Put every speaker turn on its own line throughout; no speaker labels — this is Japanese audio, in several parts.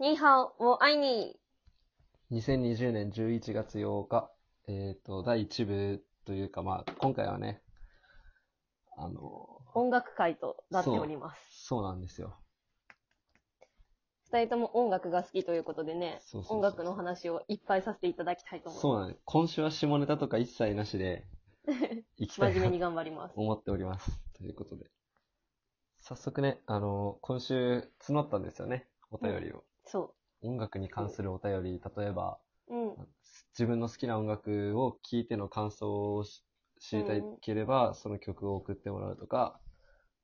ニーハオ、を愛に。
2020年11月8日、えっ、と、第1部というか、まあ、今回はね、あの、
音楽会となっております。
そうなんですよ。
二人とも音楽が好きということでね、
そうそうそう
音楽の話をいっぱいさせていただきたいと思い
そうなんです。今週は下ネタとか一切な しで、行きた
ます。真
い
面
な
目
と
に頑張ります。
思っております。ということで。早速ね、あの、今週募ったんですよね、お便りを。
そ
音楽に関するお便り、例えば、
う。うん。
自分の好きな音楽を聴いての感想をし知りたければ、その曲を送ってもらうとか、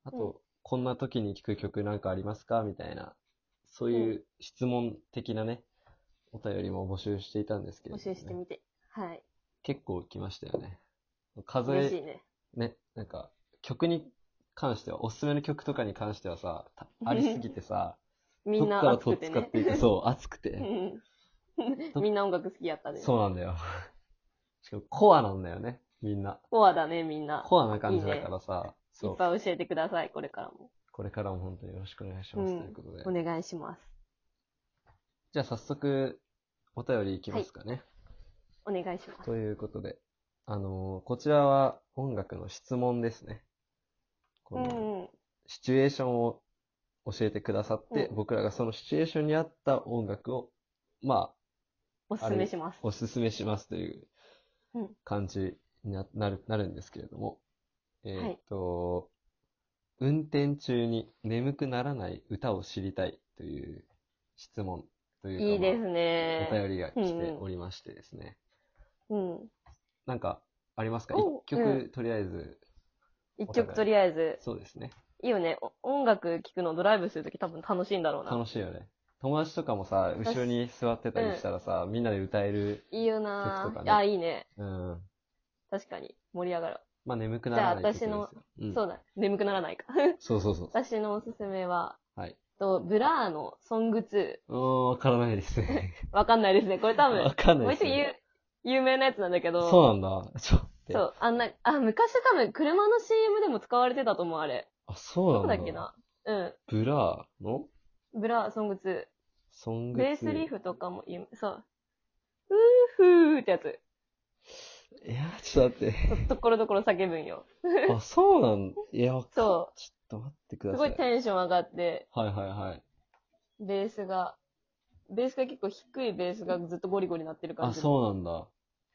あと、
うん
こんな時に聴く曲なんかありますかみたいな、そういう質問的なね、お便りも募集していたんですけれ
募
どもね、
集してみて。はい。
結構来ましたよね。数
嬉しい
え、
ね。
ね、なんか、曲に関しては、おすすめの曲とかに関してはさ、たありすぎてさ、
みん
どっ
な
から
熱
と
く
っつ
て
かっ
ね。
ていて、そう、熱くて。
うん みんな音楽好きやったね。
そうなんだよ。しかもコアなんだよね、みんな。
コアだね、みんな。
コアな感じだからさ、
い
そ
っ
う。
ぱい教えてください、これからも。
これからも本当によろしくお願いします、
うん
ということで
お。願いします。
じゃあ早速、お便りいきますかね。
お願いします。
ということで、あのーこちらは音楽の質問ですね。こ
う
の
んうん。
シチュエーションを教えてくださって、
う
僕らがそのシチュエーションに合った音楽を、ま
おすすめします
あ、。おすすめしますという
うん
感じにななるなるんですけれども、えーっと、運転中に眠くならない歌を知りたいという質問というか、
いいです
まあ
ね。
お便りが来ておりましてですね。
うん。
なんか、ありますか
お
一曲、
う
とりあえず、
一曲とりあえず。
そうですね。
いいよね。お音楽聴くのドライブするとき多分楽しいんだろうな。
楽しいよね。友達とかもさ、後ろに座ってたりしたらさ、みんなで歌える、
いいよな
曲
ぁ、
とかね
あ、いいね。
うん。
確かに。盛り上がる。
まあ眠くならない曲です
じゃあ
よ
私。
うん
そうだ。眠くならないか。
そうそうそう。
私のおすすめは、
はい。
とブラーのソング2。
うーん、わからないですね。
わかんないですね。これ多分、
わかん
も
な
う
い
一
です
度
ね。
有有名なやつなんだけど、
そうなんだ。ちょっと待って。
そうあんな、あ、昔多分車の CM でも使われてたと思う、あれ。
あ、そう
ど
な
こ
んだ。
だっけな。うん。
ブラーの
ブラーソング2。
ソング
ベース
2
リーフとかも有名、そう。うーふーってやつ。
いや、ちょっと待っ
ところどころ叫ぶんよ。
て。あ、そうなんいや、わかん
そ
ちょっと待ってく
う。
だ
す
さ
ご
い。
いテンション上がって、
はいはいはい。
ベースが、ベースが結構低いベースがずっとゴリゴリ鳴ってる感
あ、
じ。
そうなんだ。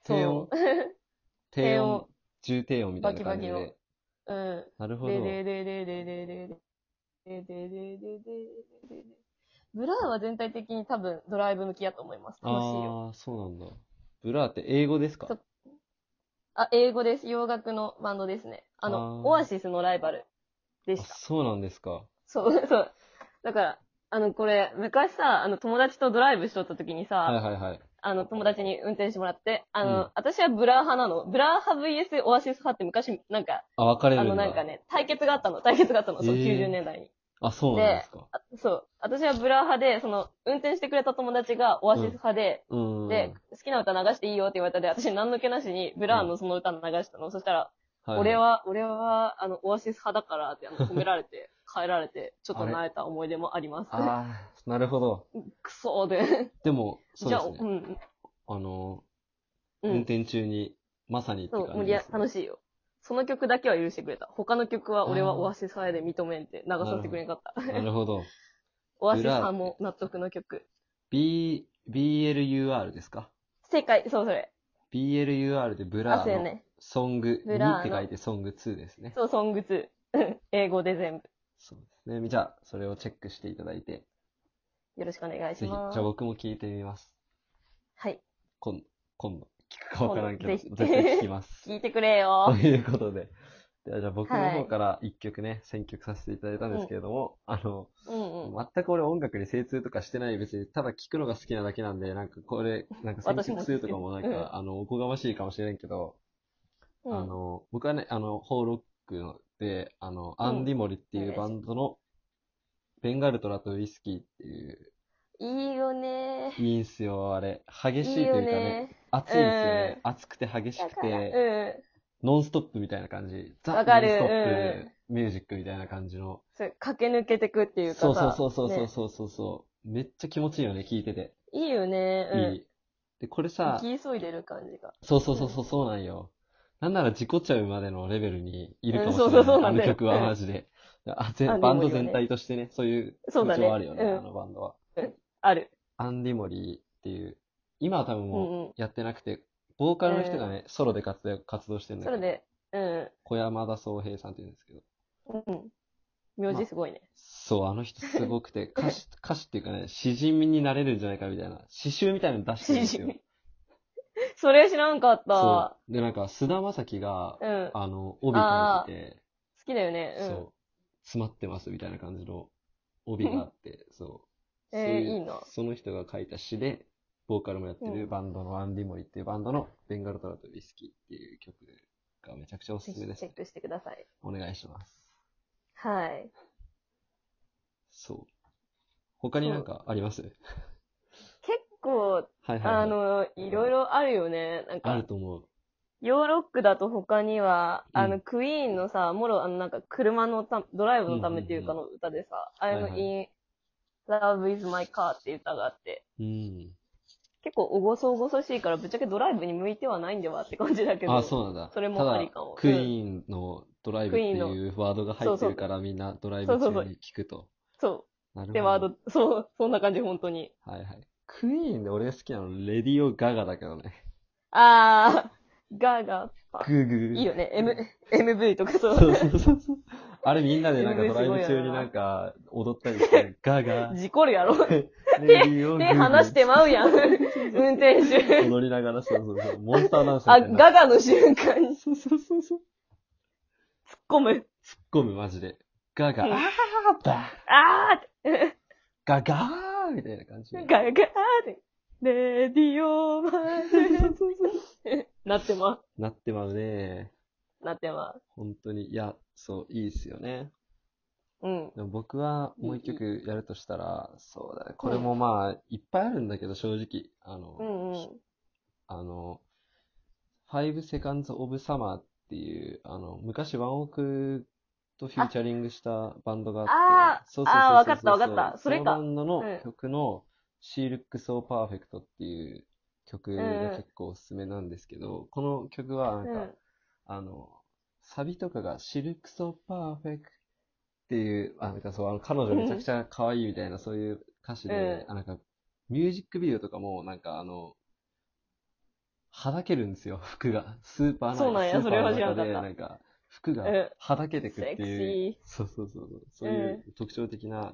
そう
低音低
低
音
音、
重低音みたいな感じ
バキバキ
で。
う。うん。
なるほど。
ででででででででででででででブラーは全体的に多分ドライブ向きやと思います。
あ
楽しいよ。
あー、そうなんだ。ブラーって英語ですか
そうあ、英語です。洋楽のバンドですね。あ
あ
の、
ー
オアシスのライバルで
あ
した。
そうなんですか。
そう、そう。だから、あの、これ、昔さ、あの、友達とドライブしとった時にさ、
はいはいはい。
あの、友達に運転してもらって、あの、
うん
私はブラー派なの。ブラー派 VS オアシス派って昔、なんか、
あ、分かれ
あ
る
の、
んだ。
なんかね、対決があったの。対決があったの。そう、
えー
90年代に。
あ、そうなんですか。
そう。私はブラー派で、その、運転してくれた友達がオアシス派で、
うーん。
で、好きな歌流していいよって言われたで、私何の気なしにブラーのその歌流したの。そしたら、
はい、
俺、は、俺は、あの、オアシス派だからってあの褒められて、帰られて、ちょっと泣いた思い出もあります。
ああ、なるほど。
クソで。
でも、そう
じ
で
ゃあ、
す
う
ね。
ん。
あの、
う
運
ん。
転中に、まさにって
そう、
感
無理
じで
や
す、、ね。
楽しいよ。その曲だけは許してくれた。他の曲は俺
あ
は
ー
オアシス派やで認めんって流させてくれんかった。
なるほど。
オアシス派も納得の曲。
B、BLUR ですか
正解、そうそれ。
?BLUR でブ
あ、
ラ
そう
ー
や
の
ね。
ソング
ブラー
2
の
って書いてソング2ですね。
そう、ソング2。うん英語で全部。
そうですね。じゃあ、それをチェックしていただいて、
よろしくお願いし
ぜひ、じゃ
ま
あ
す。
僕も聞いてみます。
はい。
今度、今度、聞くかわからんけど、
今
絶
度ぜひ
対聞きま す。
聞いてくれ
と
よ。
いうことで、ではじゃあ僕の方から1曲ね、選曲させていただいたんですけれども、あの、
うんうん。
全く俺音楽に精通とかしてない別に、ただ聞くのが好きなだけなんで、なんかこれ、なんか選
私も
曲するとかもなんか、
うん
あの、おこがましいかもしれんけど、
うん
あの、僕はね、あの、ホーロックので、あの、
うん
アンディモリってい
お願いうしま
バ
す
ンドの、ベンガルトラとウイスキーっていう、
いいよね。
いいんすよ、あれ。激しい
い
と
い
いうか
よ
ね、
ね。
熱いんですよね。熱くて激し
だ
く
から、
て、
うん。
ノンストップみたいな感じ。ザ・ノン
わ
ス
かる
ト
う
ップミュージックみたいな感じの。
そう駆け抜けてくっていうかさ。
そうそうそうそう
ね
そうそうそう。めっちゃ気持ちいいよね、聞いてて。
いいよね。うん。
いい。で、これ
生
さ、
き急いでる感じが。
そうそうそうそう、そうなんよ。なんなら事故っちゃうまでのレベルにいるかもし
うんそ
れな
うそうそう
い。
な
あ
んだ
の
よ
曲はマジで。あぜ
アンディ
バン
モ
ド
リはね
全体としてね、そういう
そうだね
風潮あるよね、
うん
あのバンドは。
ある。
アンディモリーっていう、今は多分
う
もうん
うん。
やってなくて、ボーカルの人がね、ソロで活動活動してるんだ
そ
け
れ
ど、
で、うん。
小山田宗平さんって言うんですけど、
うん。名字すごいね。
そう、あの人すごくて、歌詞、歌詞っていうかね、詩人になれるんじゃないかみたいな、詩集みたいなの出してるんですよ。
それ知らんかっ
そ
た。
う。で、なんか、菅田将暉が、
うん。好
あの、帯書いて
きだよねう
て、。
ん。
そう、詰まってますみたいな感じの帯があ って、そう。
えー
そう
いいな
その人が書いた詩で、ボーカルもやって
う
る
ん
バンドのアンディモリっていうバンドのベンガルトラとウイスキーっていう曲がめちゃくちゃおす
ぜ
す
ひ
めです
チェ。ックしてください。
お願いします。
はい。
そう。他になんかあります
結構、
はいはい、はい。
あの、いろいろあるよね。なん
あ
か
る、と思う。
ヨーロックだと他には、
うん
あの、クイーンのさ、もろ、あの、なんか、車のた、ドライブのためっていうか
うん
の歌でさ、
いはい
I'm in love with my car っていう歌があって、
うん。
結構おごそおごそしいから、ぶっちゃけドライブに向いてはないんではって感じだけど。
あ、そうなんだ。
それも
ただ
ありかも
クイーンのドライブって
クイ
いうワードが入ってるからみんなドライブ
そうそ
中
うそ
に聞くと。
そ
な
う。
るほ
で、
ど。
ワード、そう、そんな感じ、本当に。
はいはい。クイーンで俺が好きなの、レディオガガだけどね。
あー、ガーガーパ
グーグー。
ー。いいよね。M、MV とかそう。
そうそうそうそう。あれみんなでなんか
す
ド
ごい
ライ
よな
ブ中になんか踊った りして、ガガ、レ
事故るやろ。
ディオグーグ
手
ー
離してまうやん。運転手。
踊りながら、そうそうそう。モンスターダンスみた
あ、
いな。
ガガの瞬間に突っ
そうそうそうそう。
込む。
ゴムマジで。ガガ、
うん
あーだ
あーって。
ガガーみたいな感じで。
ガガーって。レディオマン。なってま
なってまうね。
なってま
本当に。いや、そう、いいっすよね。
うん。
でも僕はもう一曲やるとしたら、そうだね。これもまあ、いっぱいあるんだけど、正直。あの、
うんうん。
あの、Five Seconds of Summer っていう、あの、昔ワンオクとフューチャリングしたバンドがあって、そうそうそうそ
あ
う
ーわかったわかったそれか
のバンド
うん
の曲の She Looks So Perfect っていう曲が結構おすすめなんですけど、この曲はなんか、
うん
あの、サビとかが She Looks So Perfect っていう、あ、なんかそう、あの、彼女めちゃくちゃ可愛いみたいな、そういう歌詞で
う、ん
あなんか、ミュージックビデオとかも、なんかあの、はだけるんですよ、服が。スーパー
そうなんや
ス
そ
ーパーの
れは知ら
中
んかった
で、なんか、服が
うん
はだけてくっ
セ
て
クシ
いう、
ー。
そうそうそうそう、そういうう特徴的な、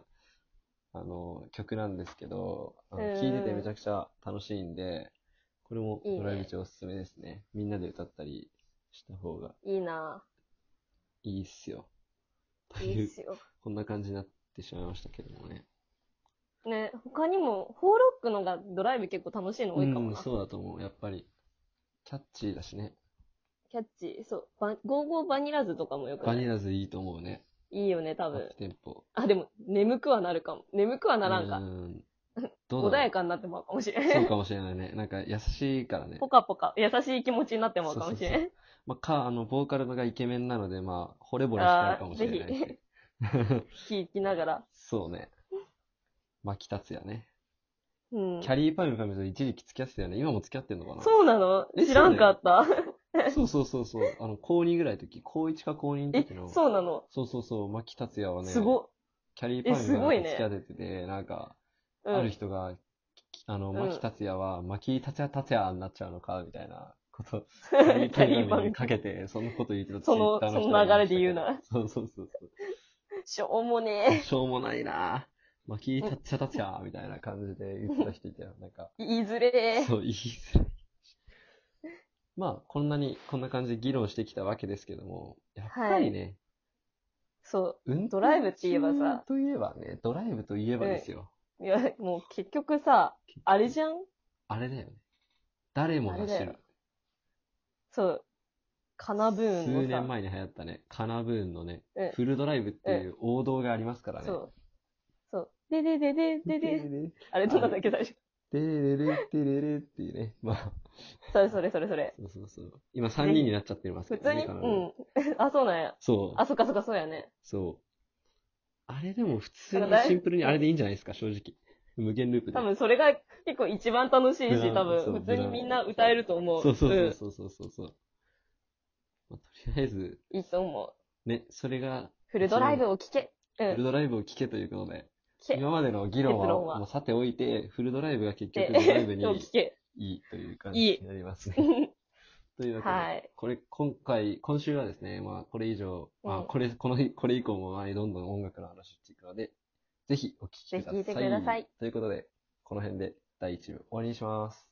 あの、曲なんですけど、あの
うん
聴いててめちゃくちゃ楽しいんで、これも
いいね
ドライブ中おすすめですね。みんなで歌ったりした方が
いいない
いっすよ。と
ぁ。い
い
いっ
う、
すよ。
こんな感じになってしまいましたけどもね。
ね、他にも、ホーロックのがドライブ結構楽しいの多
う
いかも
ん、
な。
そうだと思う。やっぱり、キャッチーだしね。
キャッチー。そう。バゴーゴーバニラズとかもよくな
バ
い
ニラズいいと思うね。
いいよね、多
アッ
分
プ。テンポ。
あ、でも、眠くはなるかも。眠くはならん
う
か。
ん。どう
穏
だろ
や
う
かになってもらうかもしれ。
そうんかもしれないね。なんか優しいからね
ポ。カポカ、優しい気持ちになってもらうかもしれん。
まあ、か、あの、ボーカルがイケメンなので、まあ、惚れ惚れしちゃうかもしれないし。
聞きながら。
そうね。巻き立つやね。
うん
キ。ャリーパミュパミュと一時期付き合ってたよね。今も付き合ってんのかな
そうなの
え
知らんかった。
そうそうそうそう。あの、高2ぐらいの時、高1か高2の
え
時の、、
そうなの
そうそうそう、牧達也はね、
すご。
キャリーパン
えす
が
ごいね
付き合ってて、なんか、
うん
ある人が、きあの、
うん
牧達也は、牧達也達也になっちゃうのか、みたいなこと、
キ
キャリーパ
ャリー
ン
パ
が
ン。
かけて、そんなこと言ってた
その
Twitter 人
その流れで言うな
そうそうそう
しょうも
そう。
ね
しょうもないな牧達也 達也みたいな感じで言ってた人いたよ。なんか、
え。言いづれー。
そう、言いづらい。まあ、こんなに、こんな感じで議論してきたわけですけども、やっぱりね、
そ
運
ドライブって言えばさ
転中といえばね、ドライブといえばですよ。
う。いや、もう結局さ、あれじゃん
あれだよね。誰もが
あ
知
れだ
る
よ。そう。カナブーンのさ。
数年前に流行ったね、カナブーンのね
うん、
フルドライブっていう王道がありますからね。
そう。そう。でででででで。あれどんなんだっけ最初。
でれれれでれれっていうね。まあ、
それそれそれそれ。
そうそうそう。今3人になっちゃってますけ
普
ど
通
ね。
に
カ
う
ナブーン
ん。 あ、そうなんや。
そう。
あ、そっかそっかそうやね。
そう。あれでも普通
だ
に
から
シンプルにあれでいいんじゃないですか、正直。無限ループで
多。分それが結構一番楽しい
ブラ
し、
ン
多
そう
分普通にみんな歌えると思う。
そうそう
うん
そうそうそうそう。まあ、とりあえず、
いいと思う。
ね、それが、
フルドライブを聴け。う
フル
ん。
ドライブを聞けということで、
聴け。
今までの議論は
結論は
もうさておいて、フルドライブが結局ドライ
で、
ブに
を聴け。
いいという感
い
じ
い
になりますね。 というわけで、
はい
これ今回、今週はですね、まあこれ以上、まあ
うん
これ、この日、これ以降もまあどんどん音楽の話していくので、ぜひお聞きください。
ぜひ聞いてください
ということで、この辺で第1部終わりにします。